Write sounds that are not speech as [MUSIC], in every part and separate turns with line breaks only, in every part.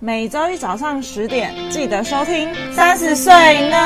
每周一早上十点记得收听《三十岁呢》。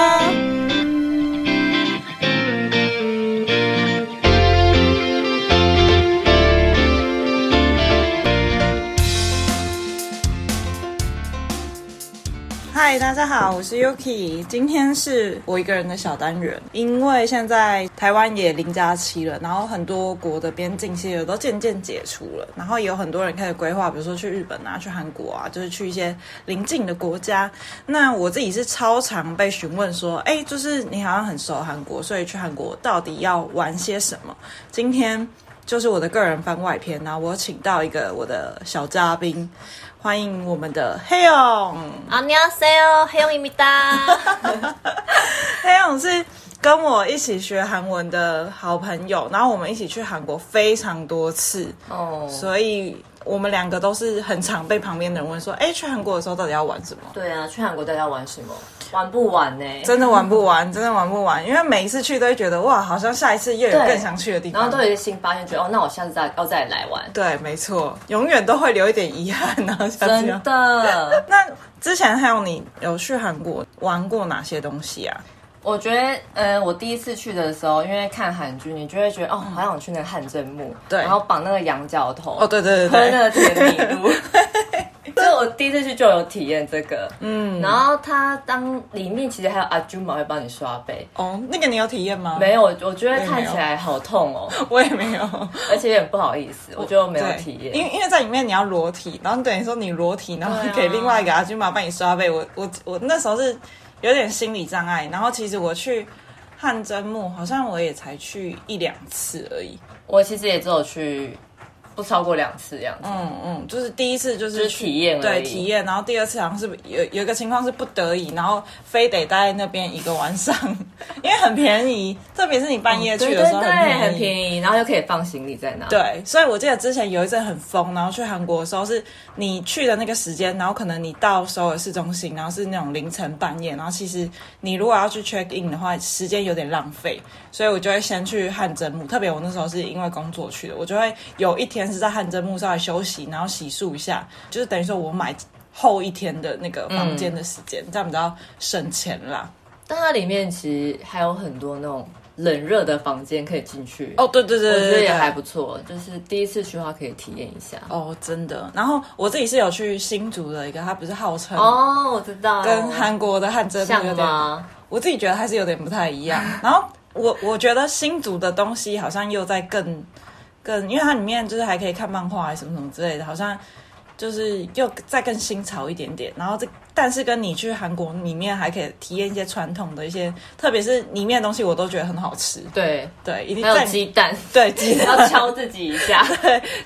嗨，大家好，我是 Yuki，今天是我一个人的小单元，因为现在台湾也零加七了，然后很多国的边境限也都渐渐解除了，然后也有很多人开始规划，比如说去日本啊、去韩国啊，就是去一些邻近的国家。那我自己是超常被询问说，哎，就是你好像很熟韩国，所以去韩国到底要玩些什么？今天就是我的个人番外篇，然后我请到一个我的小嘉宾，欢迎我们的黑勇。
안녕하세요혜영입니다
[LAUGHS] 黑勇是跟我一起学韩文的好朋友，然后我们一起去韩国非常多次，
哦，
所以我们两个都是很常被旁边的人问说：“哎、去韩国的时候到底要玩什么？”
对啊，去韩国到底要玩什么？玩不玩呢？
真的玩不
嗯
玩？真的玩不玩？因为每一次去都会觉得哇，好像下一次又有
对
更想去的地
然后
方。
都有一个新发现，觉得哦，那我下次再要再来玩。
对，没错，永远都会留一点遗憾，然后像这
真
样。
的，
那之前还有你有去韩国玩过哪些东西啊？
我觉得，嗯，我第一次去的时候，因为看韩剧，你就会觉得哦，好想去那个汗蒸幕，
嗯对
然后绑那个羊角头，
哦，对对
喝
对
那
对，
个甜米
[LAUGHS]
露。所以我第一次去就有体验这个，嗯，然后它当里面其实还有阿朱玛会帮你刷背，
哦，那个你有体验吗？
没有，我我觉得
没有
看起来好痛哦，
我也没有。
[LAUGHS] 而且有点不好意思，我就没有
对，
体验，
因为因为在里面你要裸体，然后等于说你裸体，然后
对啊
给另外一个阿军妈帮你刷背。我我我那时候是有点心理障碍，然后其实我去汗蒸幕好像我也才去一两次而已。
我其实也只有去不超过两次这样子。
嗯嗯，就是第一次就是
就是
去
体验而
对
已
体验，然后第二次好像是有有一个情况是不得已，然后非得待在那边一个晚上， [LAUGHS] 因为很便宜，特别是你半夜去
对
的
对
时候很便
哦对，
宜。
很便宜，然后又可以放行李在那。，
对，所以我记得之前有一阵很疯，然后去韩国的时候是你去的那个时间，然后可能你到首尔市中心，然后是那种凌晨半夜，然后其实你如果要去 check in 的话，时间有点浪费，所以我就会先去汗蒸幕。特别我那时候是因为工作去的，我就会有一天是在汗蒸幕稍微休息，然后洗漱一下，就是等于说我买后一天的那个房间的时间，这样比较省钱啦。
但它里面其实还有很多那种冷热的房间可以进去。
哦，对对对
我
对对
觉得也
对
还不错，就是第一次去的话可以体验一下。
哦，真的。然后我自己是有去新竹的一个，它不是号称
哦，我知道，
跟韩国的汗蒸
像
幕有点，
吗？
我自己觉得还是有点不太一
[LAUGHS]
样。然后我我觉得新竹的东西好像又在更更，因为它里面就是还可以看漫画啊什么什么之类的，好像就是又再更新潮一点点。然后这但是跟你去韩国里面还可以体验一些传统的一些，特别是里面的东西我都觉得很好吃。
对，
对，一定
还有
在
鸡蛋，
对鸡蛋 [LAUGHS]
[LAUGHS] 要敲自己一下。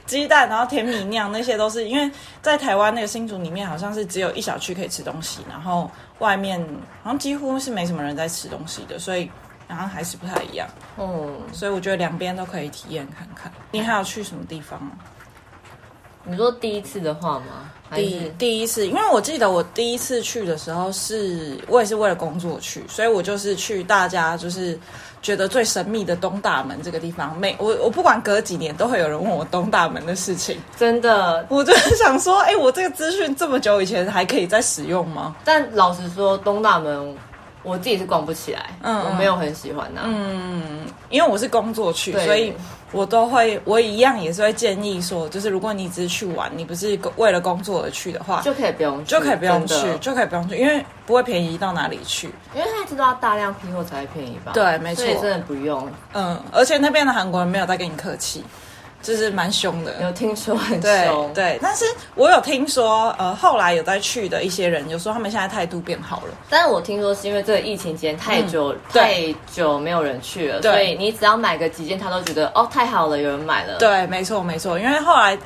鸡蛋，然后甜米酿那些都是因为在台湾那个新竹里面好像是只有一小区可以吃东西，然后外面好像几乎是没什么人在吃东西的，所以好像还是不太一样。
嗯，
所以我觉得两边都可以体验看看。你还有去什么地方吗？
你说第一次的话吗？还
第
是
第一次，因为我记得我第一次去的时候是，我也是为了工作去，所以我就是去大家就是觉得最神秘的东大门这个地方。每我我不管隔几年都会有人问我东大门的事情。
真的
我就很想说，哎、我这个资讯这么久以前还可以再使用吗？
但老实说，东大门我自己是逛不起来，
嗯嗯
我没有很喜欢呐、嗯，
因为我是工作去，
对
所以我都会，我一样也是会建议说，就是如果你只是去玩，你不是为了工作而去的话，
就可以不用去，
就可以不用去
真的，
就可以不用去，因为不会便宜到哪里去。
因为他知道要大量批货才会便宜吧？
对没错
所以真的不用。
嗯，而且那边的韩国人没有在跟你客气，就是蛮凶的。
有听说很
对
凶，
对，但是我有听说，呃，后来有再去的一些人，有说他们现在态度变好了。
但是我听说是因为这个疫情期间太久、
嗯对
太久没有人去了，
对
所以你只要买个几件，他都觉得哦太好了，有人买了。，
对，没错没错，因为后来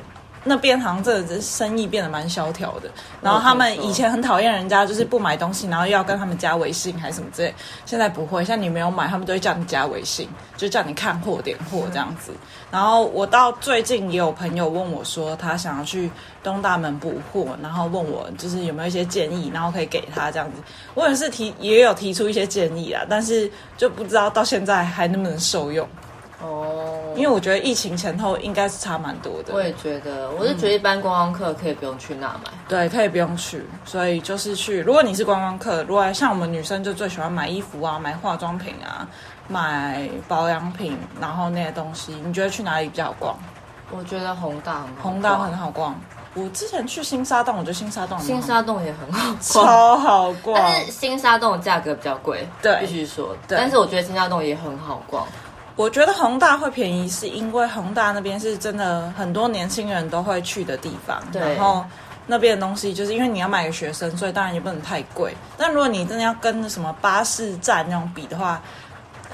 那边好像真的是生意变得蛮萧条的，然后他们以前很讨厌人家就是不买东西，然后又要跟他们加微信还是什么之类，现在不会，像你没有买，他们都会叫你加微信，就叫你看货点货这样子。然后我到最近也有朋友问我说，他想要去东大门补货，然后问我就是有没有一些建议，然后可以给他这样子。我也是提也有提出一些建议啊，但是就不知道到现在还能不能受用。
哦，
因为我觉得疫情前后应该是差蛮多的。
我也觉得，我是觉得一般观光客可以不用去那买。
对，可以不用去，所以就是去。如果你是观光客，如果像我们女生就最喜欢买衣服啊、买化妆品啊、买保养品，然后那些东西，你觉得去哪里比较好逛？
我觉得宏大很好
红
逛
道很好逛。我之前去新沙洞，我觉得新沙洞很好
新沙洞也很好逛，
超好逛，
但是新沙洞的价格比较贵，
对
必须说。
对
但是我觉得新沙洞也很好逛，
我觉得宏大会便宜，是因为宏大那边是真的很多年轻人都会去的地方。
对
然后那边的东西，就是因为你要买给学生，所以当然也不能太贵。但如果你真的要跟什么巴士站那种比的话，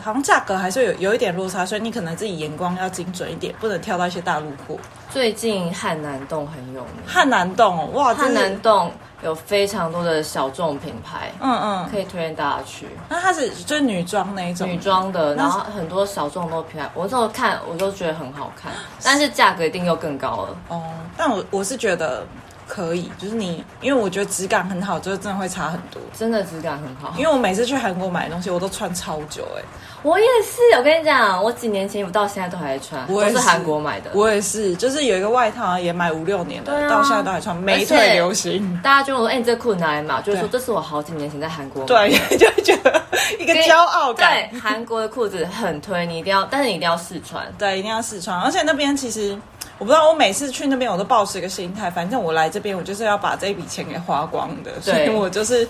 好像价格还是有有一点落差，所以你可能自己眼光要精准一点，不能挑到一些大路货。
最近汉南洞很有名，
汉南洞哦，哇，
汉
真是
南，洞有非常多的小众品牌，
嗯嗯，
可以推荐大家去。
那它是就是女装那一种，
女装
嗯
的，
那
然后很多小众都品牌，我都看，我都觉得很好看，但是价格一定又更高了。
哦，但我我是觉得可以，就是你，因为我觉得质感很好，就是真的会差很多。
真的质感很好
因，为我每次去韩国买东西，我都穿超久哎、
我也是。我跟你讲，我几年前衣服到现在都还在穿，
我
都
也
是
是
韩国买的。
我也是，就是有一个外套啊也买五六年了，
对啊
到现在都还穿，美腿流行。
大家就问我说：“哎、你这裤哪里买？”我就说：“
对
这是我好几年前在韩国买的。”
对， [LAUGHS] 就会觉得一个
跟
[LAUGHS] 骄傲感。
对，韩国的裤子很推，你一定要，但是你一定要试穿。 [LAUGHS]
对，一定要试穿。而且那边其实我不知道，我每次去那边我都抱持一个心态，反正我来这边我就是要把这笔钱给花光的，所以我就是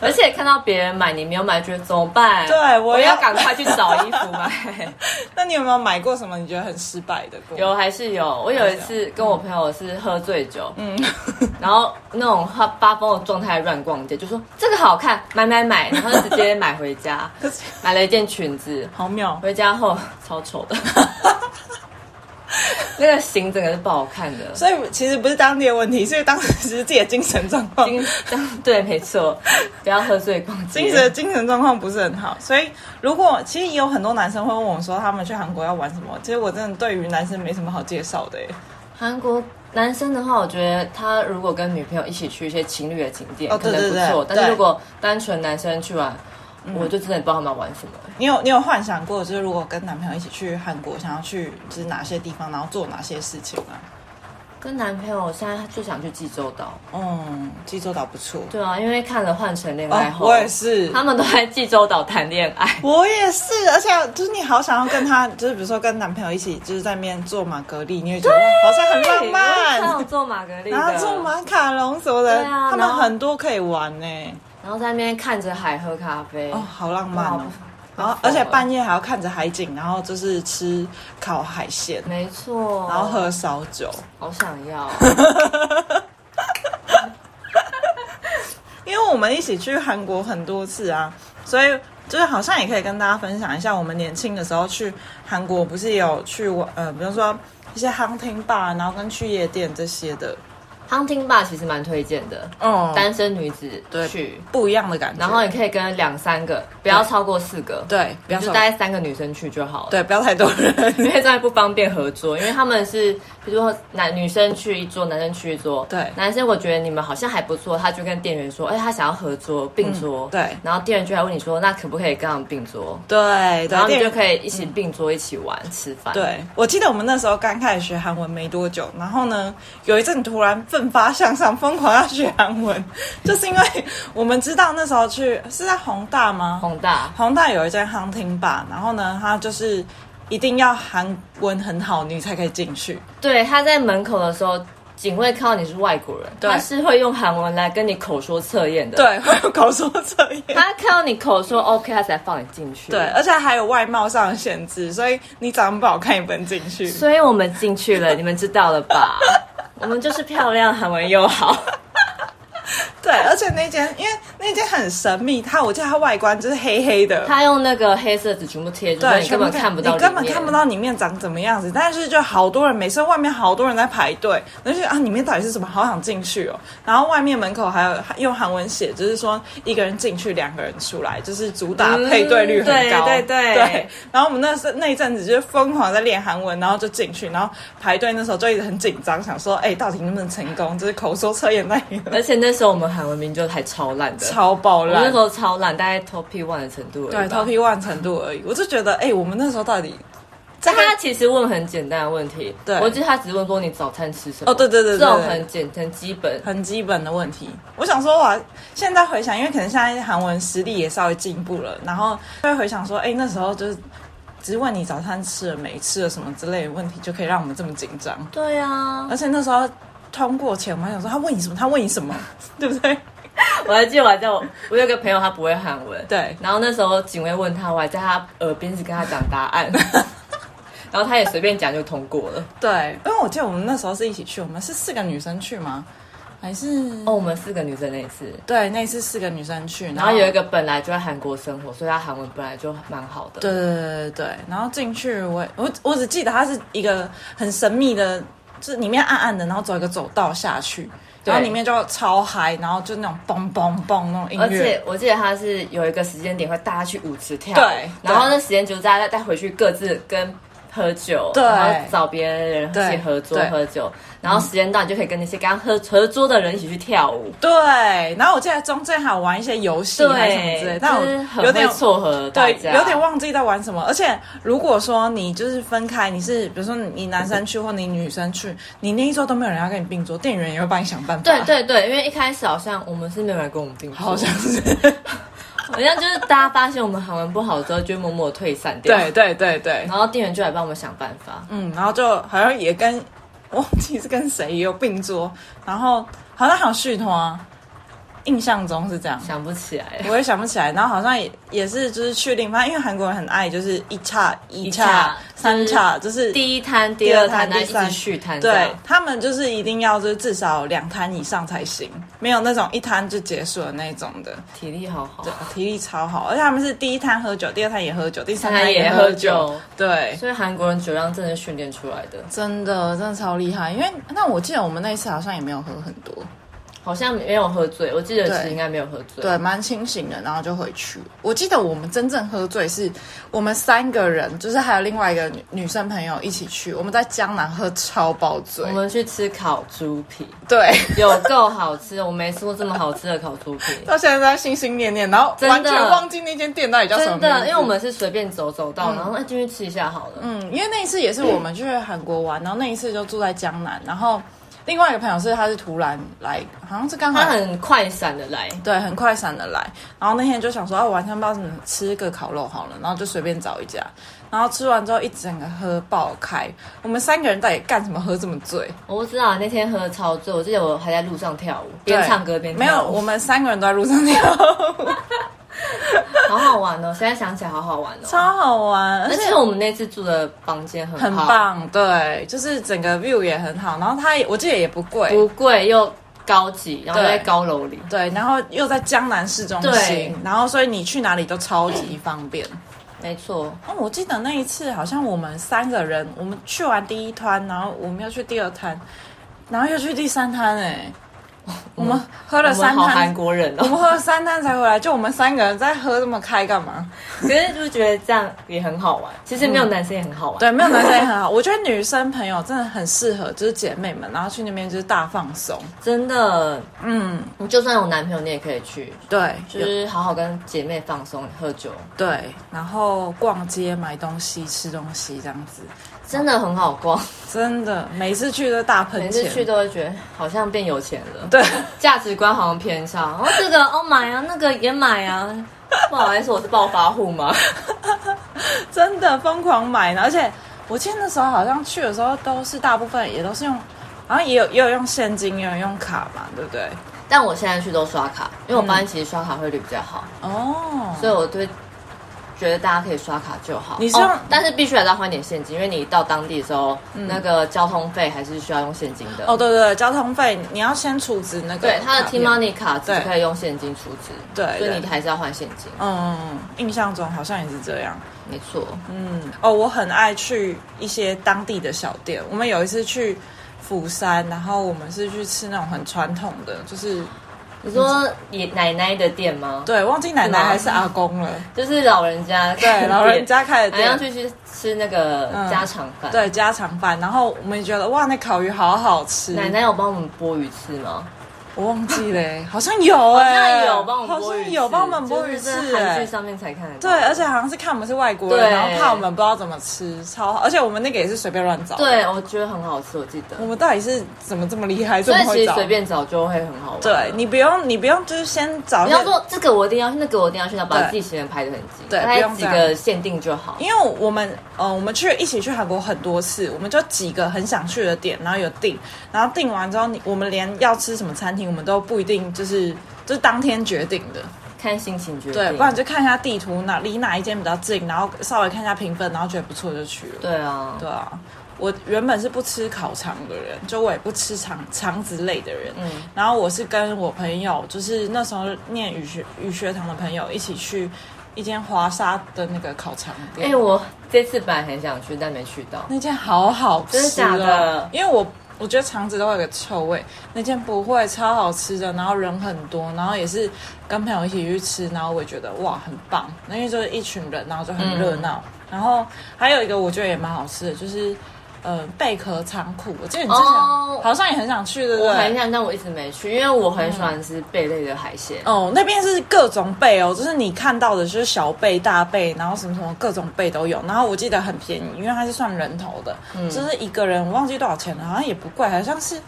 而且看到别人买，你没有买，觉得怎么办？
对我
我
要
要赶快去找衣服
[LAUGHS]
买。
那你有没有买过什么你觉得很失败的过？
有还是有，我有一次跟我朋友是喝醉酒，嗯，然后那种他发疯的状态乱逛街，就说这个好看，买买买，然后就直接买回家，
[LAUGHS] 可是
买了一件裙子，
好妙，
回家后超丑
[LAUGHS]
的，那个型整个是不好看的。
所以其实不是当地的问题，是因为当时是自己的精神状况。
精 [LAUGHS] 对，没错，不要喝醉逛街。
精神精神状况不是很好，所以如果其实也有很多男生会问我说他们去韩国要玩什么，其实我真的对于男生没什么好介绍的耶。欸
韩国男生的话，我觉得他如果跟女朋友一起去一些情侣的景点，
哦
可
对
能不
对对
错。
对嗯
但是如果单纯男生去玩，我就真的不知道他们要玩什么。
你有你有幻想过，就是如果跟男朋友一起去韩国，想要去就是哪些地方，然后做哪些事情啊？
跟男朋友，我现在最想去济州岛。
嗯，济州岛不错。
对啊，因为看了《换成恋爱
哦，
后》
我也，是，
他们都在济州岛谈恋爱。
我也是，而且就是你好想要跟他，就是比如说跟男朋友一起，就是在那边做玛格丽，你也觉得哇好像很浪
我看
漫，
我做玛格丽的，
然后做马卡龙什么的，
对啊
他们
然后
很多可以玩欸呢、
然后在那边看着海喝咖啡。
哦，好浪漫哦
哇！
然后，而且半夜还要看着海景，然后就是吃烤海鲜，
没错，
然后喝烧酒。
好想要。 [LAUGHS]
因为我们一起去韩国很多次啊，所以就是好像也可以跟大家分享一下，我们年轻的时候去韩国，不是也有去玩呃，比如说一些 hunting bar，然后跟去夜店这些的，
Hunting Bar 其实蛮推荐的，
哦、
单身女子去，
不一样的感觉。
然后你可以跟两三个，不要超过四个，，
对，不要
就
少
大概三个女生去就好了。
对，不要太多
[LAUGHS] 因
人。
为这样不方便合作，因为他们是，比如说男女生去一桌，男生去一桌。
对
男生我觉得你们好像还不错，他就跟店员说，哎、他想要合桌并桌、
嗯对
然后店员就来问你说，那可不可以跟他们并桌？
对，
然后你就
以。
可以一起并桌，一起玩、吃饭。，
对，我记得我们那时候刚开始学韩文没多久，然后呢，有一阵突然奋发向上，疯狂要学韩文， [LAUGHS] 就是因为我们知道那时候去是在宏大吗？
宏大
宏大有一间 hunting bar，然后呢，它就是一定要韩文很好，你才可以进去。
对，他在门口的时候。警卫看到你是外国人，
对
他是会用韩文来跟你口说测验的。，
[LAUGHS] 对，会有口说测
[LAUGHS]
验。
他看到你口说 OK，他才放你进去。
对，，而且还有外貌上的限制，所以你长得不好看也不能进去。
[LAUGHS] 所以我们进去 [LAUGHS] 了，你们知道了吧？我们就是漂亮，韩文又好。
对，而且那间因为那间很神秘，它我记得它外观就是黑黑的，
[LAUGHS] 他用那个黑色纸全部贴住，所以
对，
你根本看不到，
你根本看不。到里面长怎么样子。但是就好多人，每次外面好多人在排队，然后就啊，里面到底是什么？好想进去哦。然后外面门口还有用韩文写，就是说一个人进去，两个人出来，就是主打
嗯
配对率很高。
对对对
然后我们那时那一阵子就是疯狂在练韩文，然后就进去，然后
[LAUGHS]
排队那时候就一直很紧张，想说哎，到底能不能成功？就是口说测验那一个。
而且那时候我们韩文名就还超烂的，
超爆
呃我那
烂
时。候超烂，大概 top one 的程度而
对
已吧。
，Top One 程度而已，我就觉得，哎、我们那时候到底
但他其实问很简单的问题，
对
我记得他只问说你早餐吃什么。
哦对对对对
这种
对
很简很基本。
很基本的问题。我想说，哇，现在回想，因为可能现在韩文实力也稍微进步了，然后就会回想说，哎、那时候就是只是问你早餐吃了没、吃了什么之类的问题，就可以让我们这么紧张。
对啊，
而且那时候通过前，我还想说，他问你什么？他问你什么？ [LAUGHS] 对不对？
我还记得我还在我我有个朋友他不会韩文，
对
然后那时候警卫问他，我还在他耳边一直跟他讲答 [LAUGHS] 案，然后他也随便讲就通过了。
对，因为我记得我们那时候是一起去，我们是四个女生去吗？还是
哦，我们四个女生那一次，
对，那次四个女生去，然
然后有一个本来就在韩国生活，所以他韩文本来就蛮好的。
对对对对对，然后进去我也我我只记得它是一个很神秘的，就是里面暗暗的，然后走一个走道下去，
对
然后里面就超嗨，然后就那种嘣嘣嘣那种音
而
乐，
且我记得他是有一个时间点会大家去舞池跳舞，
对
然后
对
那时间就是大家再回去各自跟喝酒，
对
然后找别人一起
对
合桌
对
喝酒，然后时间到你就可以跟那些刚刚合合桌的人一起去跳舞，
对，然后我记得中间还有玩一些游戏还是什么之类，
对，
但
就是
我有
很会
点
撮合大
对，
家，
有点忘记在玩什么。而且如果说你就是分开，你是比如说你男生去或你女生去，你那一桌都没有人要跟你并桌，店员也会帮你想办法。
对，对对，因为一开始好像我们是没有人跟我们并桌，
好像是。
[LAUGHS] 好像就是大家发现我们韩文不好之后，就默默地退散掉，
对对对对，
然后店员就来帮我们想办法，
嗯，然后就好像也跟忘记是跟谁也有并桌，然后好像还有续托啊，印象中是这样。
想不起来，
我也想不起来，然后好像也也是就是去另一方，因为韩国人很爱就是一叉一
叉
叉三叉，就是
第一摊、第二摊，
第二摊
然后一
第三
直续摊，这样
对他们就是一定要就是至少两摊以上才行，没有那种一摊就结束的那种的，
体力好好
对。体力超好。而且他们是第一摊喝酒，第二摊也喝酒，第三
他
摊
也喝
喝酒，
酒，
对。
所以韩国人酒量真的是训练出来的，
真的，真的超厉害，因为那我记得我们那一次好像也没有喝很多，
好像没有喝醉。我记得其实
对
应该没有喝醉。
对，蛮清醒的，然后就回去。我记得我们真正喝醉是我们三个人，就是还有另外一个女女生朋友一起去，我们在江南喝超爆醉
我，们去吃烤猪皮，
对，。
有够好吃，我没吃过这么好吃的烤猪皮
[LAUGHS] 到现在都在心心念念，然后
真的
完全忘记那间店到底叫什么
真
名字
的，因为我们是随便走走到，然后哎进去吃一下好了。
嗯，因为那一次也是我们去韩国玩，然后那一次就住在江南，然后另外一个朋友是他是突然来，好像是刚好
他很快闪的来，
对，很快闪的来。然后那天就想说，啊，晚上不知道怎么吃个烤肉好了，然后就随便找一家。然后吃完之后一整个喝爆开，我们三个人到底干什么喝这么醉？
我不知道那天喝超醉，我记得我还在路上跳舞，边
对
唱歌边跳舞
没有，我们三个人都在路上跳，
好好玩哦！现在想起来好好玩哦。
超好玩，而
而
且
且我们那次住的房间很
很
好，
棒。对，就是整个 view 也很好，然后它也我记得也不贵。
不贵又高级，然后
对
在高楼里。
对，然后又在江南市中
对
心，然后所以你去哪里都超级方便。
没错，
哦，我记得那一次好像我们三个人，我们去完第一摊，然后我们又去第二摊，然后又去第三摊、
[LAUGHS]
哎，我们喝了
我们
三
好韩
摊，
国人
[LAUGHS] 我
哦。
们喝了三摊才回来，就我们三个人在喝这么开干
[LAUGHS]
嘛？
可是就觉得这样也很好玩，其实没有男生也很好玩。
嗯对，没有男生也很好，我觉得女生朋友真的很适合，就是姐妹们，然后去那边就是大放松。
真的，
嗯，
你就算有男朋友，你也可以去，
对，
就
有
是好好跟姐妹放松喝酒，
对，然后逛街买东西、吃东西这样子，
真的很好逛。
真的每次去都大喷
每
钱，
次去都会觉得好像变有钱了，
对。
价值观好像偏差。哦，这个哦买啊，那个也买啊。不好意思，我是暴发
[LAUGHS]
户吗？
真的疯狂买呢，而且我记得那时候好像去的时候都是大部分也都是用，好像也有也有用现金，也有用卡嘛，对不对？
但我现在去都刷卡，因为我发现其实刷卡汇率比较好，
哦，
所以我对觉得大家可以刷卡就好。哦
你是用
但是必须还是要换点现金，因为你到当地的时候，那个交通费还是需要用现金的。
嗯哦，对对对，交通费你要先储值那个
对，它的
卡
T
片
Money 卡只
对
可以用现金储值，
对
所以
对
你还是要换现金。
嗯，印象中好像也是这样。
没错，
嗯，哦，我很爱去一些当地的小店。我们有一次去釜山，然后我们是去吃那种很传统的，就是
你说你奶奶的店吗？
对，忘记奶奶还是阿公
[LAUGHS]
了，
就是老人家
对，老人家开的
还要
店。
去去吃那个
嗯
家常饭。，
[LAUGHS] 对家常饭，然后我们也觉得哇，那烤鱼好好吃。
奶奶有帮我们剥鱼吃吗？
我忘记了、
[LAUGHS]
好像有
好
哎、
像有帮我们
好
播
像
鱼翅，
有帮我们播鱼
就是
翅、
在
哎
韩剧上面才看得到。
对，而且好像是看我们是外国人，
对
然后怕我们不知道怎么吃，超好。而且我们那个也是随便乱找。，
对，我觉得很好吃，我记得
我。们到底是怎么这么厉害，这么
所以
会
其实
找？
随便找就会很好玩。
对你不用，你不用，就是先找一些
不要说这个我一定要，那个我一定要去，要把
对
自己行程排得很紧，
对
大
不
概
用
几
这
个
样
限定就好。
因为我们呃，我们去一起去韩国很多次，我们就几个很想去的点，然后有订，然后订完之后，你我们连要吃什么餐厅，我们都不一定就是就是当天决定的，
看心情决定。
对，不然就看一下地图哪离哪一间比较近，然后稍微看一下评分，然后觉得不错就去了。
对啊，
对啊，我原本是不吃烤肠的人，就我也不吃肠肠子类的人。
嗯
然后我是跟我朋友，就是那时候念语学语学堂的朋友一起去一间华沙的那个烤肠
哎、
店。
我这次本来很想去，但没去到。
那间好好吃、哦，
真的假的
因为我我觉得肠子都会有个臭味，那间不会，超好吃的。然后人很多，然后也是跟朋友一起去吃，然后我也觉得哇很棒，那因为就是一群人，然后就很热闹。
嗯
然后还有一个我觉得也蛮好吃的，就是呃贝壳仓库，我记得你之前
哦
好像也很想去，对不
我很
对？
想，但我一直没去，因为我很喜欢吃贝类的海鲜。
哦，那边是各种贝哦，就是你看到的就是小贝、大贝，然后什么什么各种贝都有。然后我记得很便宜，因为它是算人头的，
嗯
就是一个人我忘记多少钱了，好像也不贵，好像是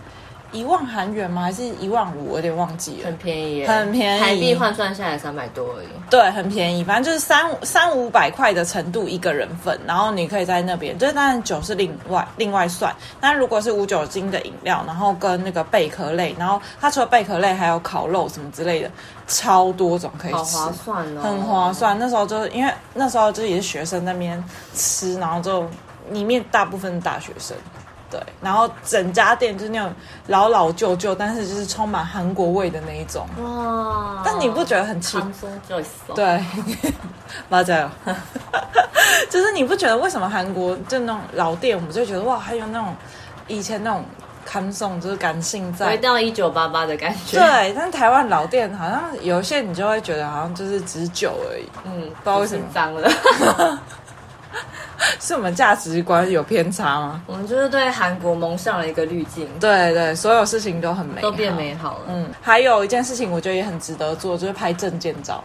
一万韩元吗？还是一万五？我有点忘记了
很。便宜耶，
很便宜
台币换算下来三百多而已。
对，很便宜，反正就是三三五百块的程度一个人份，然后你可以在那边，就是当然酒是另外另外算，那如果是无酒精的饮料，然后跟那个贝壳类，然后它除了贝壳类还有烤肉什么之类的，超多种可以吃，
好划算哦，
哎很划。算。那时候就是因为那时候就是也是学生在那边吃，然后就里面大部分是大学生，对，然后整家店就是那种老老旧旧，但是就是充满韩国味的那一种。
嗯哇！
但你不觉得很奇？
唐松 Joyce 哦
对， [LAUGHS] 马仔， [LAUGHS] 就是你不觉得为什么韩国就那种老店，我们就觉得哇，还有那种以前那种看颂，就是感性在
回。到一九八八的感觉。
对，但是台湾老店好像有一些你就会觉得好像就是只是酒而已，
嗯，不知
道为什么
脏了。 [LAUGHS]
是我们价值观有偏差吗？
我们就是对韩国蒙上了一个滤镜，
对对，所有事情都很美好，
都变美。好了。
嗯，还有一件事情，我觉得也很值得做，就是拍证件照。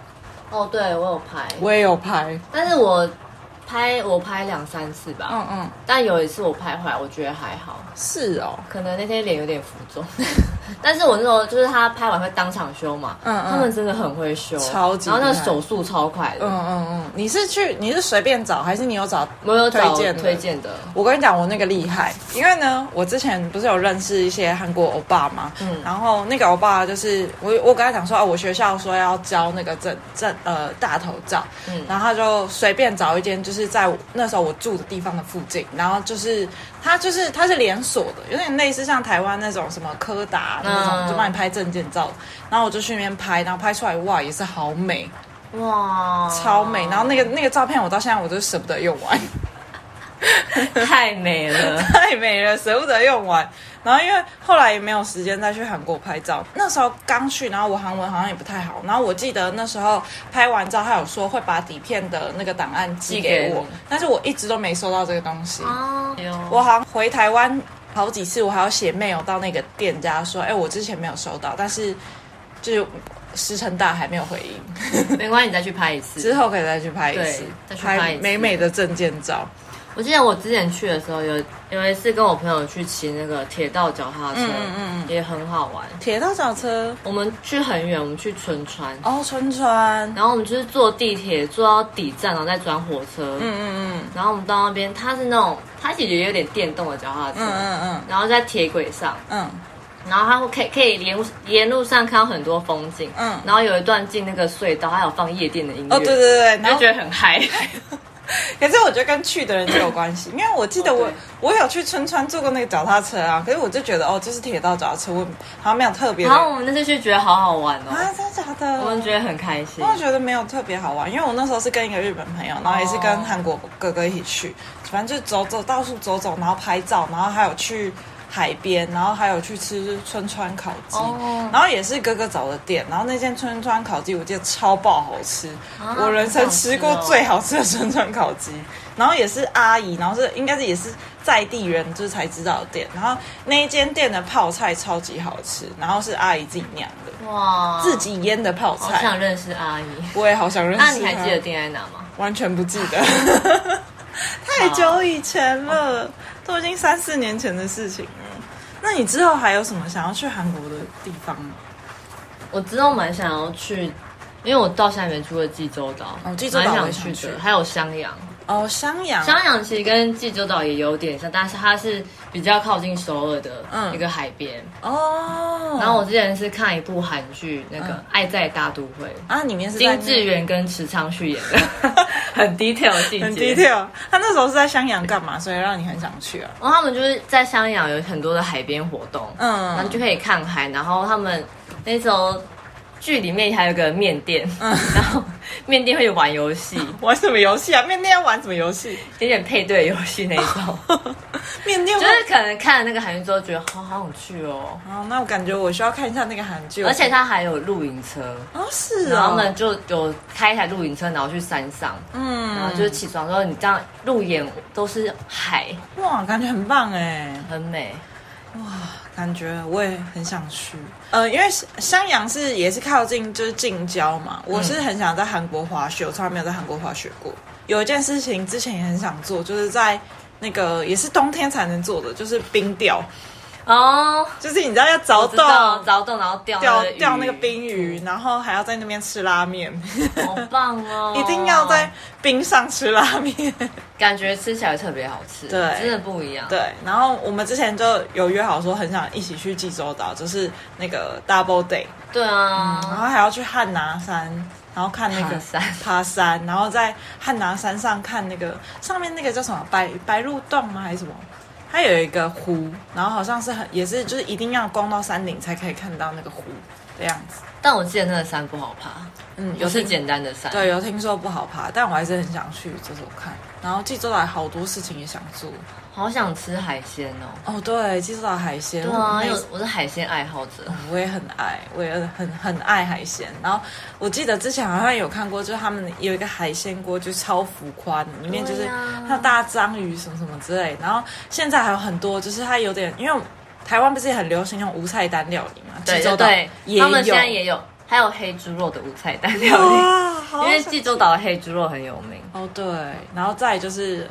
哦，对我有拍，
我也有拍，
但是我拍我拍两三次吧。
嗯嗯，
但有一次我拍回来，我觉得还好，
是哦，
可能那天脸有点浮肿。
[LAUGHS]
但是我那时候就是他拍完会当场修嘛，
嗯嗯
他们真的很会修，
超级
然后那个
厉害
手速超快的，
嗯嗯嗯，你是去你是随便找，还是你有找
我有找
推荐的
推荐的，
我跟你讲，我那个厉害，因为呢，我之前不是有认识一些韩国欧巴嘛，
嗯
然后那个欧巴就是我，我跟他讲说，哦，我学校说要教那个证证呃大头照，
嗯
然后他就随便找一间，就是在我那时候我住的地方的附近，然后就是他就是他是连锁的，有点类似像台湾那种什么柯达那种，
嗯
就帮你拍证件照，然后我就去那边拍，然后拍出来哇也是好美，
哇，
超
哦
美，然后那个那个照片我到现在我都舍不得用完。，
个 [LAUGHS] 太美了
[LAUGHS] 太美了，舍不得用完。然后因为后来也没有时间再去韩国拍照，那时候刚去，然后我韩文好像也不太好。然后我记得那时候拍完照，他有说会把底片的那个档案寄给
寄给
我
你，
但是我一直都没收到这个东西。
啊，
我好像回台湾好几次，我还要写 mail 到那个店家说，哎、我之前没有收到，但是就是石沉大海没有回应。
没关系，你再去拍一次
之。后可以再去拍一次
对，再去拍
拍
一次
美美的证件照。
我记得我之前去的时候有，有一次跟我朋友去骑那个铁道脚踏车，
嗯嗯嗯
也很好玩。
铁道小车，
我们去很远，我们去纯川，
哦，春川，
然后我们就是坐地铁坐到底站，然后再转火车。
嗯嗯嗯
然后我们到那边，它是那种，它其实有点电动的脚踏车，
嗯嗯嗯。
然后在铁轨上，
嗯
然后它会可以可以沿路沿路上看到很多风景。
嗯
然后有一段进那个隧道，它有放夜店的音乐，
哦，对对对，然
就
后
觉得很嗨。
可是我觉得跟去的人就有关系，因为我记得我、
哦对
我有去春川坐过那个脚踏车啊，可是我就觉得哦，就是铁道脚踏车，我好像没有特别的
然后我们那次去觉得好好玩哦，
啊，真的假的？
我们觉得很开心。
我觉得没有特别好玩，因为我那时候是跟一个日本朋友，然后也是
哦
跟韩国哥哥一起去，反正就走走到处走走，然后拍照，然后还有去海边，然后还有去吃春川烤鸡，
哦
然后也是哥哥找的店，然后那间春川烤鸡我记得超爆好吃，
啊
我人生吃过
好吃哦
最好吃的春川烤鸡，然后也是阿姨，然后是应该是也是在地人就是才知道的店，然后那一间店的泡菜超级好吃，然后是阿姨自己酿的，
哇，
自己腌的泡
哦好
菜，
想认识阿姨。
我也好想认识她。
那你还记得店在哪吗？
完全不记得， [LAUGHS] 太久以前了，都已经三四年前的事情了。那你之后还有什么想要去韩国的地方吗？
我知道蛮想要去，因为我到现在没去过济州岛，
哦济州岛
蛮
我也
想
想
去
去
的，还有襄阳。
哦，襄阳，
襄阳其实跟济州岛也有点像，但是它是比较靠近首尔的
嗯
一个海边。
哦，
然后我之前是看一部韩剧，那个《
嗯
爱在大都会》，
啊，里面是在
金智媛跟池昌旭演
[LAUGHS]
的，很 detail 的细节。
很 detail。他那时候是在襄阳干嘛？所以让你很想去啊？
然后他们就是在襄阳有很多的海边活动，然后
嗯
就可以看海。然后他们那时候剧里面还有个面店，
嗯
[LAUGHS] 然后面店会玩游戏，
玩什么游戏啊？面店要玩什么游戏？
有点配对游戏那种。
[LAUGHS] 面店
就
玩
是可能看了那个韩剧之后，觉得好好想去哦。
哦，那我感觉我需要看一下那个韩剧，
而且它还有露营车，
哦是
然后
哦
他，们就有开一台露营车，然后去山上，然后
嗯，
就是起床之后，你这样路眼都是海，
哇，感觉很棒哎。
很美。
感觉我也很想去，呃，因为襄阳是也是靠近就是近郊嘛，我是很想在韩国滑雪，我从来没有在韩国滑雪过。有一件事情之前也很想做，就是在那个也是冬天才能做的，就是冰钓，
哦，
就是你知道要
我
凿
知道，
洞。
凿洞然后钓
钓
个鱼
钓那个，冰鱼，然后还要在那边吃拉面，
好棒哦！
[LAUGHS] 一定要在，冰上吃拉面。 [LAUGHS]
感觉吃起来特别好吃，
对
真的不一样。
对，然后我们之前就有约好说很想一起去济州岛，就是那个 Double Day，
对
然
啊，
后还要去汉拿山，然后看那个
爬山
爬山，然后在汉拿山上看那个上面那个叫什么白白鹿洞吗？还是什么？它有一个湖，然后好像是很也是就是一定要逛到山顶才可以看到那个湖的样子。
但我记得那个山不好爬，
嗯，
有
有
是
听
简单的山。
对有听说不好爬，但我还是很想去走走看。然后济州岛好多事情也想做
好想吃海鲜哦。
哦，对，济州岛海鲜，
对
我
啊，
每
因为我我是海鲜爱好者。
嗯我也很爱，我也很很爱海鲜。然后我记得之前好像有看过，就是他们有一个海鲜锅，就是超浮夸，里面就是
对啊
像大章鱼什么什么之类。然后现在还有很多，就是它有点，因为台湾不是也很流行那种无菜单料理嘛，
对
济州
对
岛
对，
也
他们现在
有。
也有，还有黑猪肉的无菜单料理，
哇，好
因为
想
济州岛的黑猪肉很有名。
哦对，然后再就是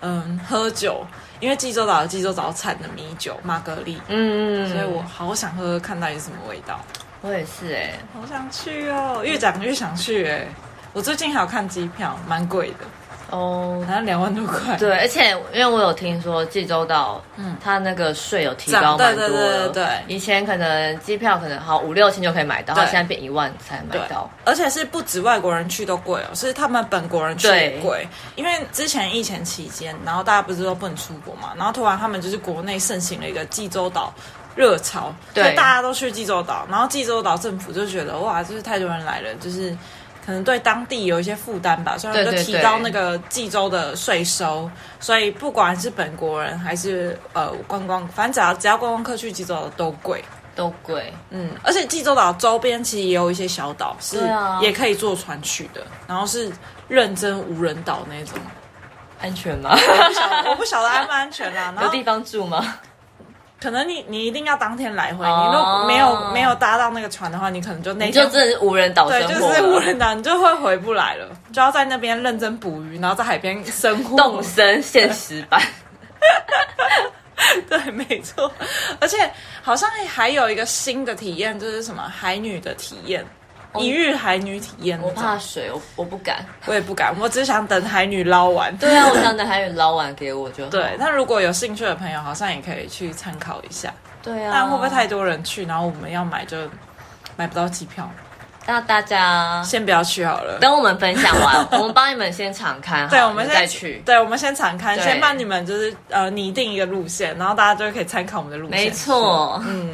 嗯喝酒，因为济州岛有济州岛产的米酒玛格丽，
嗯，
所以我好想喝喝看到底是什么味道。
我也是哎、
好想去哦，越讲越想去哎、我最近还有看机票，蛮贵的，
哦、
好像两万多块。
对，而且因为我有听说济州岛，嗯
嗯，
它那个税有提
涨
高蛮多
对对对
的，
对对
以前可能机票可能好五六千就可以买到，它
对
现在变一万才买
对
到。
而且是不止外国人去都贵哦，是他们本国人去也贵。因为之前疫情期间，然后大家不是都不能出国嘛，然后突然他们就是国内盛行了一个济州岛热潮，
对
所以大家都去济州岛，然后济州岛政府就觉得哇，就是太多人来了，就是。可能对当地有一些负担吧，所以他们就
对对
提
对
高那个济州的税收，所以不管是本国人还是呃观光，反正只要只要观光客去济州岛都贵。
都贵，
嗯，而且济州岛周边其实也有一些小岛是
对啊
也可以坐船去的，然后是认真无人岛那种。
安全
[LAUGHS]
吗？
我不晓
[LAUGHS]
得我不晓得安不安全啦、然
有
后
地方住
[LAUGHS]
吗？
可能你你一定要当天来回，
哦
你如果没有没有搭到那个船的话，你可能就那
你就
天
真的是无人岛生
对，就
活了，
是无人岛，你就会回不来了，就要在那边认真捕鱼，然后在海边生活。
动身现实版。
[LAUGHS] 对，没错。而且好像还有一个新的体验，就是什么海女的体验，一日海女体验那
哦我
种。
怕水，我我不敢。
我也不敢，我只想等海女捞完。
[LAUGHS] 对啊，我想等韩语捞完给我就
[LAUGHS]
好。
对，那如果有兴趣的朋友，好像也可以去参考一下。
对啊，
但会不会太多人去，然后我们要买就买不到机票？
那大家
先不要去好了。
等我们分享
[LAUGHS]
完，我们帮你们先敞开，
对，
好
我们
你
先
再去。
对，我们先敞开，
对
先帮你们就是呃拟定一个路线，然后大家就可以参考我们的路线。
没错，
嗯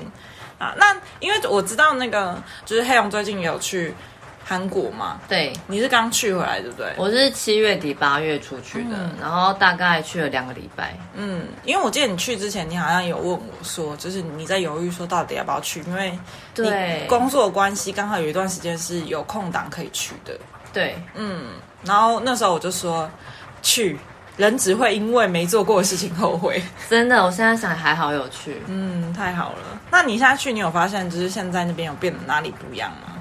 啊。那因为我知道那个就是黑龙最近有去。韩国嘛，
对，
你是刚去回来对不对？
我是七月底八月出去的，然后大概去了两个礼拜。
嗯，因为我记得你去之前，你好像有问我说，就是你在犹豫说到底要不要去，因为你
对
工作的关系，刚好有一段时间是有空档可以去的。
对，
然后那时候我就说，去人只会因为没做过的事情后悔。
真的，我现在想还好有去。
嗯，太好了。那你现在去，你有发现就是现在那边有变得哪里不一样吗？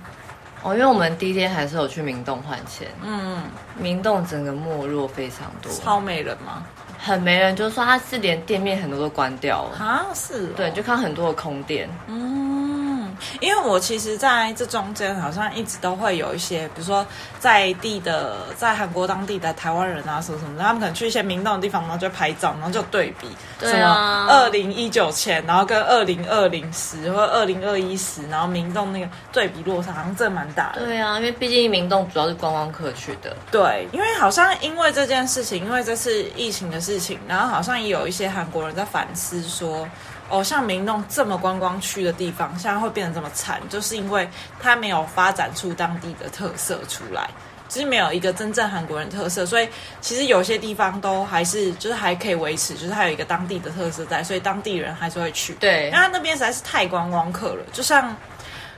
哦，因为我们第一天还是有去明洞换钱，
嗯，
明洞整个没落非常多，
超美人吗？
很没人，就是说它是连店面很多都关掉了，
啊，是、哦，
对，就看很多的空店，
嗯，因为我其实在这中间好像一直都会有一些，比如说在地的，在韩国当地的台湾人啊，什么什么的，他们可能去一些明洞的地方，然后就拍照，然后就对比，
对
什么
啊
二零一九前，然后跟二零二零十或二零二一十，然后明洞那个对比落差，好像真的蛮大的。
对啊，因为毕竟明洞主要是观光客去的，
对，因为好像因为这件事情，因为这次疫情的事情，然后好像也有一些韩国人在反思说，哦，像明洞这么观光区的地方，现在会变得这么惨，就是因为它没有发展出当地的特色出来。就是没有一个真正韩国人特色，所以其实有些地方都还是就是还可以维持，就是还有一个当地的特色在，所以当地人还是会去。
对
因为它那边实在是太观光客了，就像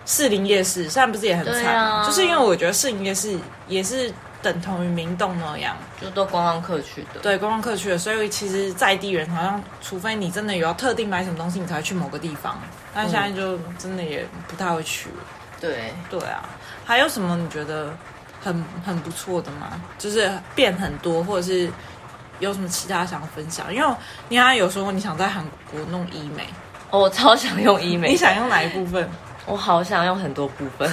士林夜市，现在不是也很
对
惨吗、
啊
就是因为我觉得士林夜市也是等同于明洞那样，
就都观光客去的，
对观光客去的，所以其实在地人好像，除非你真的有要特定买什么东西，你才会去某个地方。但现在就真的也不太会去了。
对，
对啊，还有什么你觉得很 [LAUGHS] 很不错的吗？就是变很多，或者是有什么其他想分享？因为你好像有说你想在韩国弄医美，
哦，我超想用医美，
你想用哪一部分？
我好想用很多部
[LAUGHS]
分。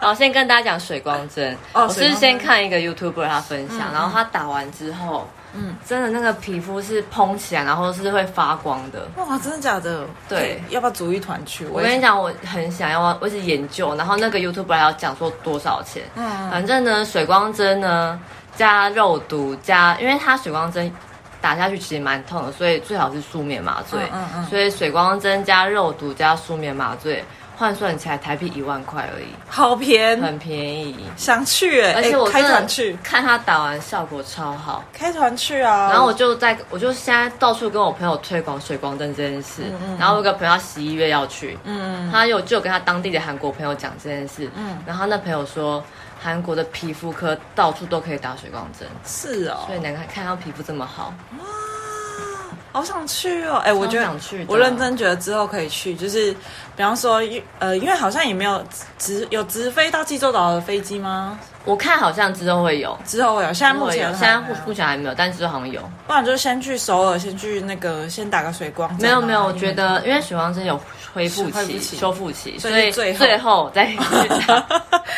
好，先跟大家讲水光针。
哦
我
水
是
光针
先看一个 YouTuber 他分享，然后他打完之后，
嗯
嗯，真的那个皮肤是蓬起来，然后是会发光的。
哇，真的假的？哎
对
要不要组一团去？
我
我
跟
也
你讲，我很想要，我一直研究，然后那个 YouTuber 还要讲说多少钱。
嗯
反正呢，水光针呢加肉毒加，因为它水光针打下去其实蛮痛的，所以最好是舒眠麻醉。
嗯嗯嗯
所以水光针加肉毒加舒眠麻醉，换算起来台币一万块而已，
好偏，
很便宜。
想去哎、欸，
而且我
开
真的
团去，
看他打完效果超好，
开团去啊！
然后我就在，我就现在到处跟我朋友推广水光灯这件事。然后我有个朋友他十一月要去，
嗯，
他有就有跟他当地的韩国朋友讲这件事，然后他那朋友说韩国的皮肤科到处都可以打水光针，
是哦
所，以能看看到皮肤这么好，
好想去哦！哎、我觉得
想去的
我认真觉得之后可以去，就是比方说，因呃，因为好像也没有直有直飞到济州岛的飞机吗？
我看好像之后会有，
之后有，现在
之后
目
会有
前
现在
还没有
目前还没有，但之后好像有。
不然就先去首尔，先去那个先打个水光针
没
啊。
有没有，我
因为
觉得因为水光针有恢复
恢复
期、
期
修复期，
所
所
以
以
最后
最后再去打。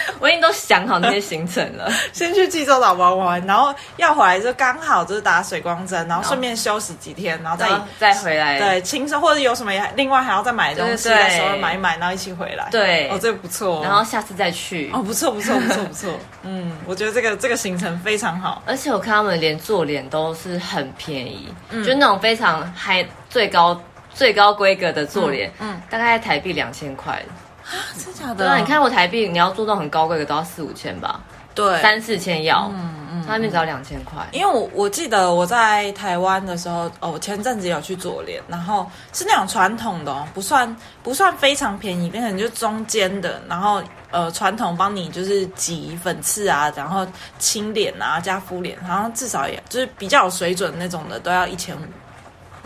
[LAUGHS] 我已经都想好那些行程
[LAUGHS]
了，
先去济州岛玩玩，然后要回来就刚好就是打水光针，然后顺便休息几天，然后再
然后再回来。
对，轻松或者有什么也另外还要再买东西
对对
的
对
时候买一买，然后一起回来。
对
哦，这个不错哦。
然后下次再去。
哦，不错不错不错不错， [LAUGHS] 嗯，我觉得这个这个行程非常好。
而且我看他们连做脸都是很便宜，
嗯
就那种非常还最高最高规格的做脸，
嗯嗯
大概台币两千块。
啊真假的？
对啊，你，看我台币，你要做到很高规格都要四五千吧，
对，嗯
三四千要，他那边只要两千块。
因为我我记得我在台湾的时候，哦，我前阵子有去左脸，然后是那种传统的、哦，不算不算非常便宜，变成就中间的，然后呃，传统帮你就是挤粉刺啊，然后清脸啊，加敷脸，然后至少也就是比较有水准那种的，都要一千五。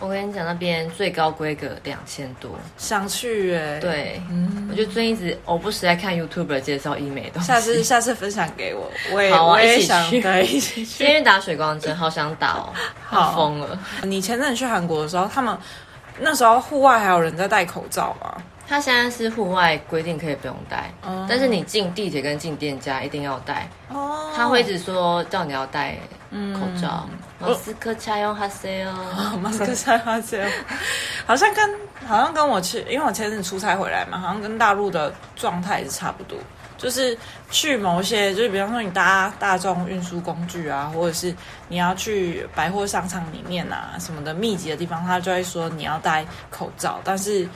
我跟你讲，那边最高规格两千多。
想去欸耶、，
对，我就最近一直我不时在看 YouTuber 介绍医美的东西，
嗯下
[LAUGHS]
次下次分享给我，我也、
好啊
我也
一起
想
去
对一起
[LAUGHS]
去
今。天打水光针，好想打哦，
好
要疯了。
你前阵子去韩国的时候，他们那时候户外还有人在戴口罩吗？
他现在是户外规定可以不用戴，
哦
但是你进地铁跟进店家一定要戴。
哦
他会一直说叫你要戴口罩。
嗯
马斯克加油哈塞哦！
马斯克在发现，好像跟好像跟我去，因为我前阵子出差回来嘛，好像跟大陆的状态是差不多，就是去某些，就是比方说你搭大众运输工具啊，或者是你要去百货商场里面啊什么的密集的地方，他就会说你要戴口罩，但是。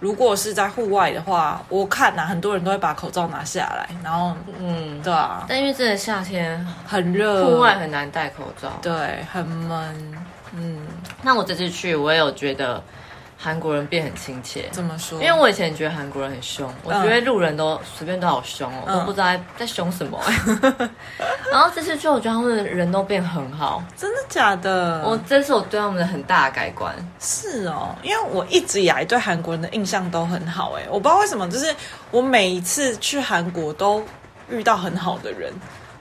如果是在户外的话，我看呐、啊很多人都会把口罩拿下来，然后
嗯，
对啊，
但因为真的夏天，
很热，
嗯户外很难戴口罩。
对很闷，嗯，
那我这次去，我也有觉得韩国人变很亲切。
怎么说？
因为我以前觉得韩国人很凶，
嗯
我觉得路人都随便都好凶哦，我都不知道在在凶
[LAUGHS]
什么。然后这次去，我觉得他们人都变很好，
真的假的？
我这是我对他们的很大的改观。
是哦，因为我一直以来对韩国人的印象都很好，哎，我不知道为什么，就是我每一次去韩国都遇到很好的人，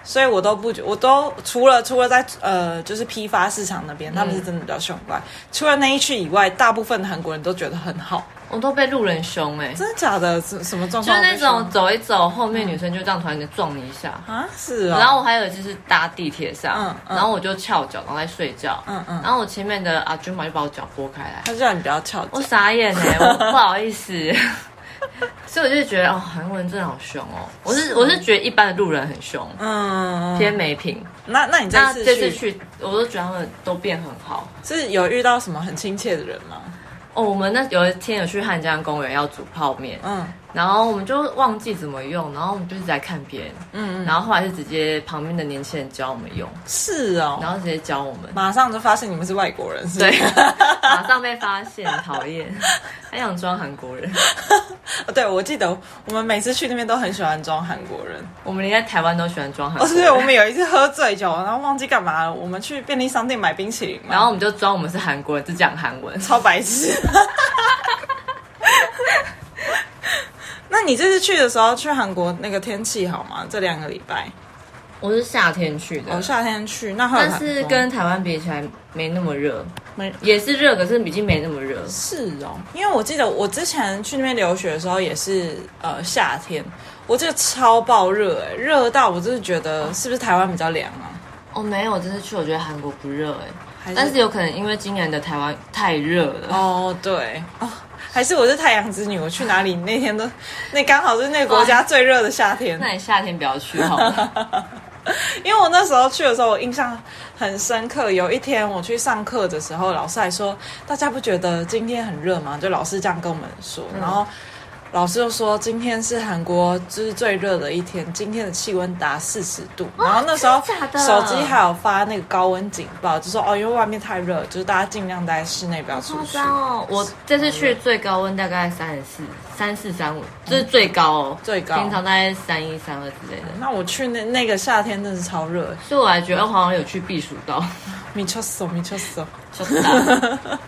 所以我都不觉，我都除了除了在呃就是批发市场那
嗯
边，他们是真的比较凶怪，除了那一区以外，大部分的韩国人都觉得很好，
我都被路人凶哎、
真的假的？什什么状
就
况
是
我
那
被凶？
种走一走，后面女生就这样突然间撞你一下。
啊，是哦，
然后我还有一次是搭地铁上
嗯，嗯
然后我就翘脚，然后在睡觉，
嗯嗯
然后我前面的阿君嘛就把我脚拨开来，
他就让你不要翘脚
我，傻眼
[LAUGHS]
哎、我不好意思， [LAUGHS] 所以我就觉得哦，韩国人真的好凶哦。我是我是觉得一般的路人很凶，
嗯，
偏没品。
那那你这
那
次
这次
去
去，我都觉得他们都变很好。
是有遇到什么很亲切的人吗？
哦，我们那有一天有去汉江公园要煮泡面，
嗯
然后我们就忘记怎么用，然后我们就一直在看别人，
嗯嗯，
然后后来是直接旁边的年轻人教我们用，
是哦，
然后直接教我们，
马上就发现你们是外国人，是不是
[LAUGHS] 对，马上被发现，讨厌， [LAUGHS] 还想装韩国人。
对，我记得我们每次去那边都很喜欢装韩国人。
我们连在台湾都喜欢装韩
哦，
国人，
对，我们有一次喝醉酒，然后忘记干嘛了，我们去便利商店买冰淇淋嘛，
然后我们就装我们是韩国人，只讲韩文。
超白痴。 [LAUGHS] 那你这次去的时候，去韩国那个天气好吗？这两个礼拜，
我是夏天去的，
哦，夏天去，那会有
但
寒
是
风
跟台湾比起来没那么热，
没
也是热，可是已经没那么热。
是哦，因为我记得我之前去那边留学的时候也是呃夏天，我这个超爆热、欸，热到我真的觉得是不是台湾比较凉啊？
哦，没有，这次去我觉得韩国不热哎、
还是
但是有可能因为今年的台湾太热了。
哦，对哦，还是我是太阳之女，我去哪里那天都， [LAUGHS] 那刚好是那个国家最热的夏天。
[LAUGHS] 那你夏天不要去好了。
因为我那时候去的时候，我印象很深刻。有一天我去上课的时候，老师还说：“大家不觉得今天很热吗？”就老师这样跟我们说，
嗯
然后。老师就说今天是韩国就是最热的一天，今天的气温达四十度。然后那时候
哦真的假的
手机还有发那个高温警报，就说哦，因为外面太热，就是大家尽量待在室内，不要出
夸
去。
张哦！我这次去最高温大概三十四、三四、三五，这是最高哦。
嗯最高
平常大概三一、三二之类的。
那我去那那个夏天真的是超热，
所以我还觉得我好像有去避暑到。
米丘手，米丘手，
就是打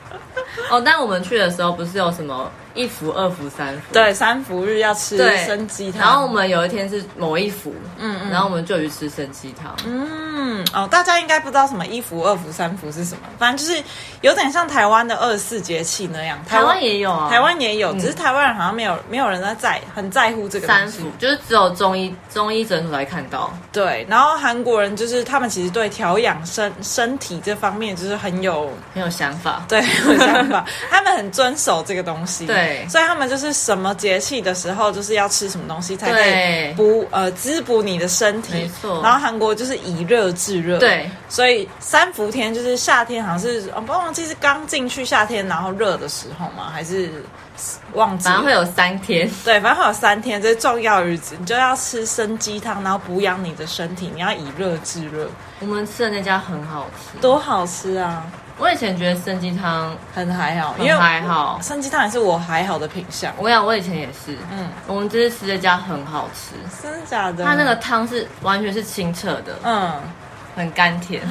[LAUGHS] 哦，但我们去的时候不是有什么一服、二服、三服？
对，三伏日要吃
对，
生鸡汤。
然后我们有一天是某一服，嗯嗯，然后我们就有去吃生鸡汤，
嗯哦，大家应该不知道什么一伏、二伏、三伏是什么，反正就是有点像台湾的二十四节气那样。
台湾也有啊，
台湾也有，只是台湾人好像没有没有人在在很在乎这个东
三
西
服就是只有中医中医诊所才看到，
对，然后韩国人就是他们其实对调养身身体这方面就是很有
很有想法。
[LAUGHS] 对，有想法，他们很遵守这个东西，
对
所以他们就是什么节气的时候，就是要吃什么东西才可以
对
补呃滋补你的身体，
没错
然后韩国就是以热制热，
对，
所以三伏天就是夏天，好像是哦，不忘记是刚进去夏天，然后热的时候吗？还是忘记
反
了？
正会有三天，
对，反正会有三天，这是重要日子，你就要吃生鸡汤，然后补养你的身体，你要以热制热，
我们吃的那家很好吃。
多好吃啊！
我以前觉得生鸡汤
很还好，因
很
为
还好，
生鸡汤也是我还好的品相。
我想我以前也是，
嗯
嗯，我们这次吃的家很好吃，
真的假的？
它那个汤是完全是清澈的，
嗯，
很甘甜。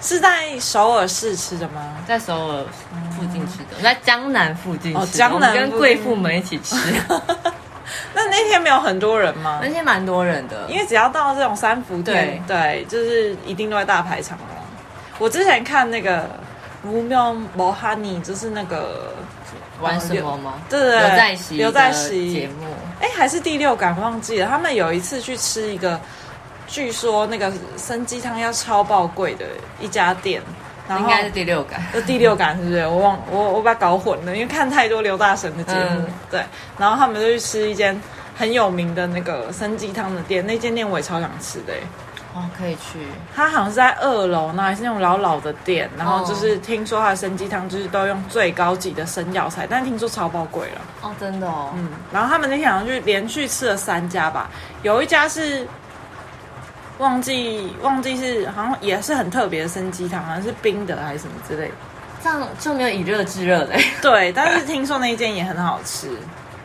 是在首尔市吃的吗？
在首尔附近吃的，我在江南附近吃的，
啊哦江南
我们
附近
跟贵妇们一起
[LAUGHS]
吃，
那那天没有很多人吗
那？天蛮多人的
因。为只要到这种三伏天，对，就是一定都会大排长龙。我之前看那个《如妙摩哈尼》，就是那个
玩什么吗？
对对对
刘在熙的
刘在熙
节目，
哎，还是第六感忘记了。他们有一次去吃一个，据说那个生鸡汤要超爆贵的一家店，然
应
后
该是第六感。
就第六感是不是？我忘我我把它搞混了，因为看太多刘大神的节目。
嗯
对，然后他们就去吃一间很有名的那个参鸡汤的店，那间店我也超想吃的、欸。
哦，可以去，
它好像是在二楼，那还是那种老老的店，然后就是听说它的生鸡汤就是都用最高级的生药材，但听说超爆贵了。
哦，真的哦，
嗯，然后他们那天好像就连续吃了三家吧，有一家是忘记忘记是好像也是很特别的生鸡汤，好啊像是冰的还是什么之类的。
这样就没有以热制热嘞。 [LAUGHS]
[LAUGHS] 对，但是听说那一间也很好吃，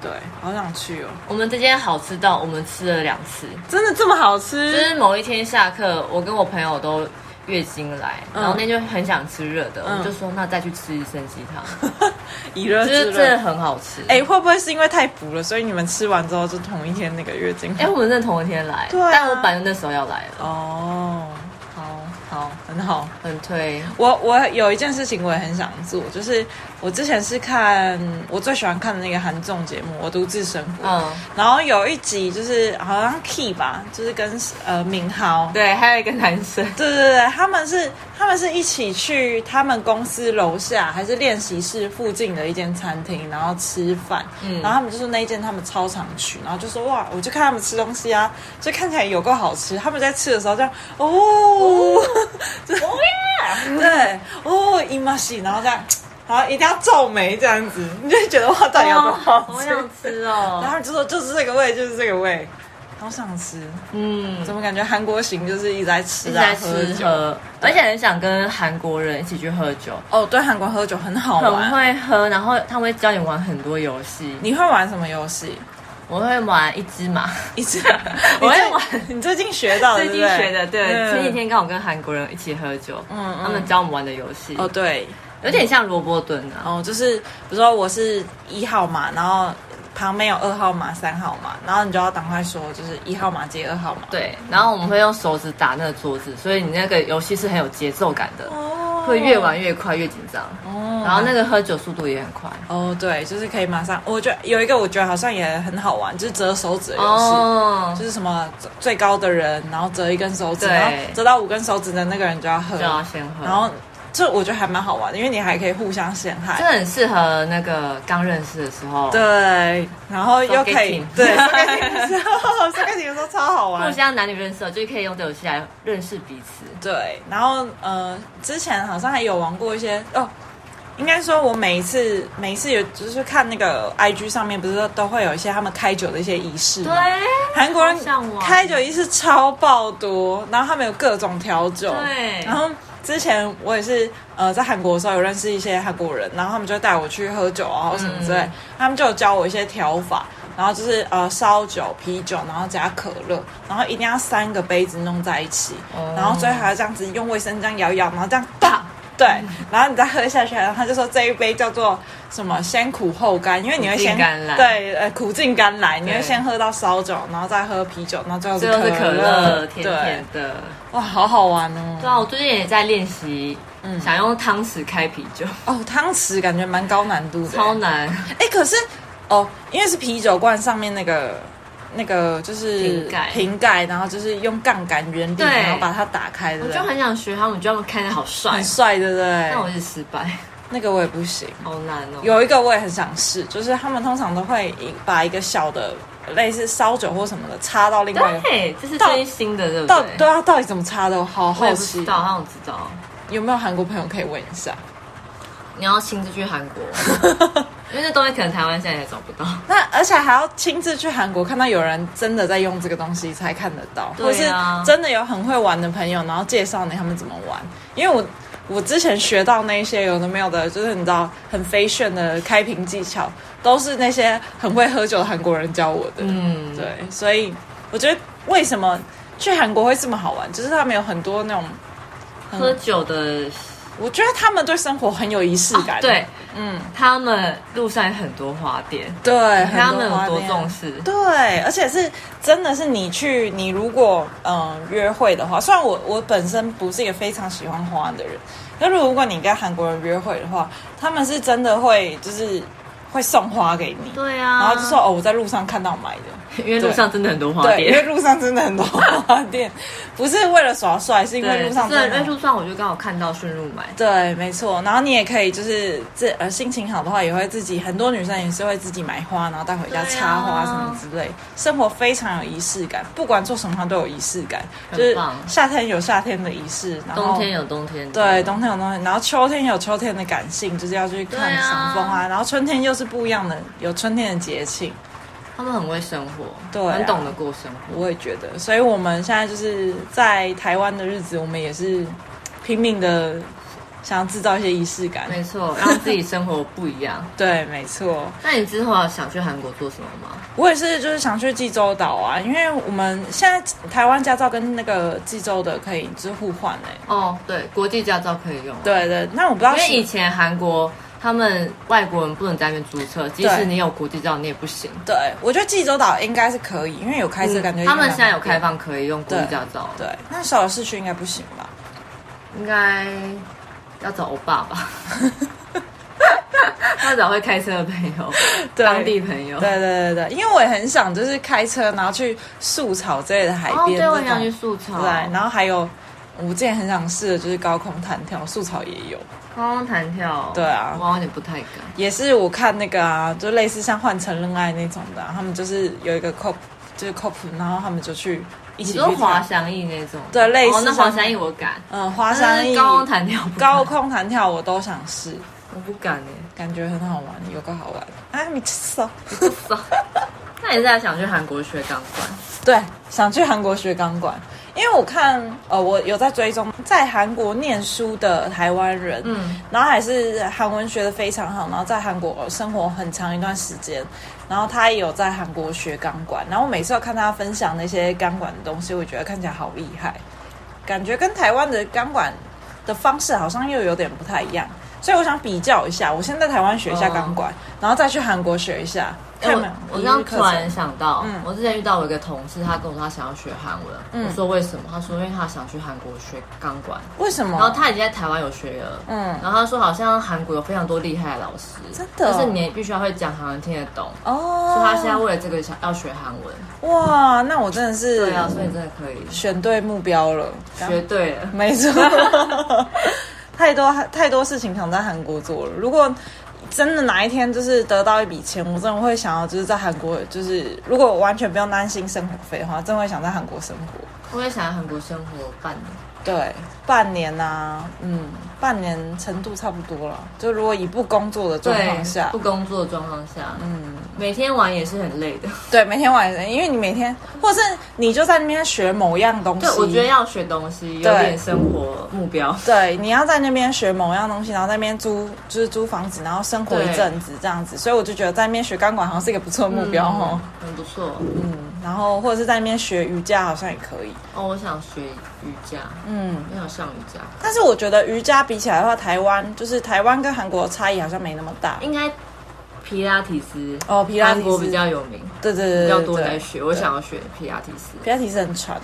对，好想去哦，
我们这间好吃到我们吃了两次，
真的这么好
就
吃？
是某一天下课，我跟我朋友都月经来，
嗯
然后那天就很想吃热的，我们就说那再去吃生鸡 [LAUGHS] 汤，
以热
就是
制
真的
热。
很好吃。
哎、会不会是因为太补了，所以你们吃完之后就同一天那个月经？
哎、我们真的同一天来，
对啊
但我本来就那时候要来了。
哦，
好好，
很好。
很推，
我我有一件事情我也很想做，就是我之前是看我最喜欢看的那个韩综节目《我独自生活》，
嗯，
然后有一集就是好像 Key 吧，就是跟呃敏豪，
对，还有一个男 [LAUGHS] 生，
对对对，他们是他们是一起去他们公司楼下还是练习室附近的一间餐厅，然后吃饭，
嗯
然后他们就说那一间他们超常去，然后就说哇，我就看他们吃东西啊，就看起来有够好吃。他们在吃的时候这样哦，这对哦伊玛西，然后这样，然后一定要皱眉这样子，你就会觉得哇，到底有多好
好
吃？
想吃
然后
哦，
他们就说就是这个味，就是这个味，好想吃。
[LAUGHS] 嗯，
怎么感觉韩国行就是一直在吃
一直
啊，
在吃
酒
喝，而且很想跟韩国人一起去喝酒，
哦，对，韩国喝酒很好
很
玩。
会喝，然后他们会教你玩很多游戏，
你会玩什么游戏？
我会玩一只马，
一直
[LAUGHS] 我
你
会
最
玩
[LAUGHS] 你最近学到的，
最近
对不对
学的，对，
嗯
前几天刚好跟韩国人一起喝酒，
嗯嗯
他们教我们玩的游戏，
哦，对，
有点像萝卜蹲啊，
哦，就是比如说我是一号码，然后旁边有二号码、三号码，然后你就要赶快说，就是一号码接二号码。
对，然后我们会用手指打那个桌子，所以你那个游戏是很有节奏感的，
哦
会越玩越快，越紧张，
哦，
然后那个喝酒速度也很快。
哦，对，就是可以马上。我觉得有一个我觉得好像也很好玩，就是折手指的游戏。
哦，
就是什么最高的人，然后折一根手指，
对
然后折到五根手指的那个人就要喝，
就要先喝，
然后这我觉得还蛮好玩的，因为你还可以互相陷
这
害。
很适合那个刚认识的时候，
对，然后又可以
Socketing
对，socketing 的时候，socketing 的时候超好
互
玩。
相男女认识的时候，就可以用这游戏来认识彼此。
对，然后呃，之前好像还有玩过一些哦，应该说我每一次每一次有就是看那个 IG 上面不是都会有一些他们开酒的一些仪式吗
对，
韩国人
好向往
开酒仪式超爆多，然后他们有各种调酒，
对
然后之前我也是呃在韩国的时候有认识一些韩国人，然后他们就带我去喝酒啊或什么之类，
嗯
他们就有教我一些调法，然后就是呃烧酒、啤酒，然后加可乐，然后一定要三个杯子弄在一起，
哦
然后最后还要这样子用卫生这样摇一摇，然后这样啪。对，然后你再喝下去，然后他就说这一杯叫做什么先苦后甘，因为你会
苦尽
先
甘来
对，呃，苦尽甘来，你会
对
先喝到烧酒，然后再喝啤酒，然后最后
最后是可乐，
对
甜甜的。
哇，好好玩哦！
对啊，我最近也在练习，
嗯
想用汤匙开啤酒，
哦，汤匙感觉蛮高难度的，
超难。
哎、可是哦，因为是啤酒罐上面那个那个就是
瓶盖
瓶盖，然后就是用杠杆原理，
对
然后把它打开，对
我
不
就
对？
很想学他们，觉得他们看起来好帅
很，帅，对不
但我
对？
一直失败，
那个我也不行。
好难哦。
有一个我也很想试，就是他们通常都会把一个小的类似烧酒或什么的插到另外一个，
对，这是最近新的，对不
到
对？
对啊，到底怎么插的？我好
我
好
也不知
奇，
道，他们知道。
有没有韩国朋友可以问一下？
你要亲自去韩国， [LAUGHS] 因为那东西可能台湾现在也找不到。
那而且还要亲自去韩国看到有人真的在用这个东西才看得到，或
对
是
啊
真的有很会玩的朋友，然后介绍你他们怎么玩。因为我我之前学到那些有的没有的，就是你知道很飞炫的开瓶技巧，都是那些很会喝酒的韩国人教我的。
嗯，
对，所以我觉得为什么去韩国会这么好玩，就是他们有很多那种，
喝酒的，
我觉得他们对生活很有仪式感。
对，
嗯，
他们路上有很多花店，
对，
你看他们
很花
有多
恋
重视。
对，而且是真的是你去，你如果嗯、呃约会的话，虽然我我本身不是一个非常喜欢花的人，但是如果你跟韩国人约会的话，他们是真的会就是会送花给你，
对啊，
然后就说哦我在路上看到买的，
因为路上真的很多花
对，因为
店。
路上真的很多花店，不是为了耍帅，是因为路上
对，
真
因
的
为路上我就刚好看到顺路买，
对，没错。然后你也可以就是自呃心情好的话，也会自己很多女生也是会自己买花，然后带回家
对啊
插花什么之类。生活非常有仪式感，不管做什么它都有仪式感，就
很
是
棒
夏天有夏天的仪式，然后
冬天有冬天的
对，冬天有冬天，然后秋天有秋天的感性，就是要去看
对啊
赏枫啊，然后春天又是不一样的，有春天的节庆。
他们很会生活，
对啊
很懂得过生活。
我也觉得，所以我们现在就是在台湾的日子，我们也是拼命的想要制造一些仪式感。
没错，让自己生活不一
[LAUGHS]
样。
对，没错，
那你之后想去韩国做什么吗？
我也是，就是想去济州岛啊，因为我们现在台湾驾照跟那个济州的可以就是互换诶、
哦，对，国际驾照可以用，啊
对对，那我不知道
因为
是
以前韩国他们外国人不能在那边租车，即使
对
你有国际照，你也不行。嗯
对，我觉得济州岛应该是可以，因为有开车，感觉、
他们现在有开。放可以用国际驾照，
对，那首尔市区应该不行吧？
应该要找欧巴
[LAUGHS]
吧，要找会开车的朋友，
对
当地朋友。
对对对对，因为我也很想就是开车，然后去素草之类的海
哦，
边、
对，我
这
也
种
想去素草，
对，然后还有我之前很想试的就是高空弹跳，素草也有，
高空弹跳，哦
对啊
我有点不太敢。
也是我看那个啊，就类似像换成恋爱那种的啊、他们就是有一个 cop，就是 cop，然后他们就去一
你
起去
说滑
跳，
翔翼那种，
对类似
哦，那
像
滑翔翼我敢，
嗯，滑翔翼、
但是高空弹跳不敢
高空弹跳我都想试，
我不敢哎、
感觉很好玩，有个好玩，啊，没吃哦。
那你是在想去韩国学钢管？
对，想去韩国学钢管，因为我看呃，我有在追踪在韩国念书的台湾人，嗯
嗯，
然后还是韩文学的非常好，然后在韩国生活很长一段时间，然后他也有在韩国学钢管，然后我每次要看他分享那些钢管的东西，我觉得看起来好厉害，感觉跟台湾的钢管的方式好像又有点不太一样。所以我想比较一下，我先在台湾学一下钢管，然后再去韩国学一下。看嗯有没有
哦哎我我
一日
刚刚
课
突然
程
想到，我之前遇到我一个同事，他跟我说他想要学韩文，
嗯
我说为什么？他说因为他想去韩国学钢管，
为什么？
然后他已经在台湾有学了，
嗯
然后他说好像韩国有非常多厉害的老师，
真的哦
但是你也必须要会讲韩文听得懂，
哦，
所以他现在为了这个想要学韩文，
哇，那我真的是
对啊，所以真的可以
选对目标了，
学对了。
没错， [LAUGHS] 太多太多事情想在韩国做了。如果真的哪一天就是得到一笔钱，我真的会想要就是在韩国，就是如果完全不用担心生活费的话，真的会想在韩国生活。
我也想在韩国生活半年，
对，半年啊，嗯，半年程度差不多了。就如果以不工作的状况下
不，工作的状况下，嗯，每天玩也是很累的。
对，每天晚上，因为你每天，或是你就在那边学某样东西，
对，我觉得要学东西，有
对
点生活目标。
对，你要在那边学某样东西，然后在那边租，就是租房子，然后生活一阵子这样子。所以我就觉得在那边学钢管好像是一个不错的目标哦。
嗯，很不错。
然后或者是在那边学瑜伽好像也可以。
哦，我想学瑜伽，
嗯，
我想上瑜伽，
但是我觉得瑜伽比起来的话，台湾就是台湾跟韩国的差异好像没那么大。
应该皮拉提斯
哦皮拉提斯
韩国比较有名，
对对
比
对
较
对
多人在
对，
学。我想要学皮拉提斯，
皮拉提是很喘，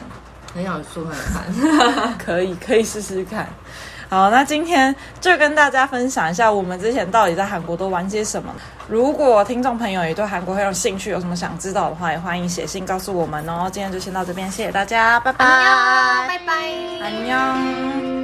很想做看看。
[LAUGHS] 可以可以试试看。好，那今天就跟大家分享一下我们之前到底在韩国都玩些什么。如果听众朋友也对韩国很有兴趣，有什么想知道的话，也欢迎写信告诉我们哦。今天就先到这边，谢谢大家，拜拜，
拜拜。
안녕。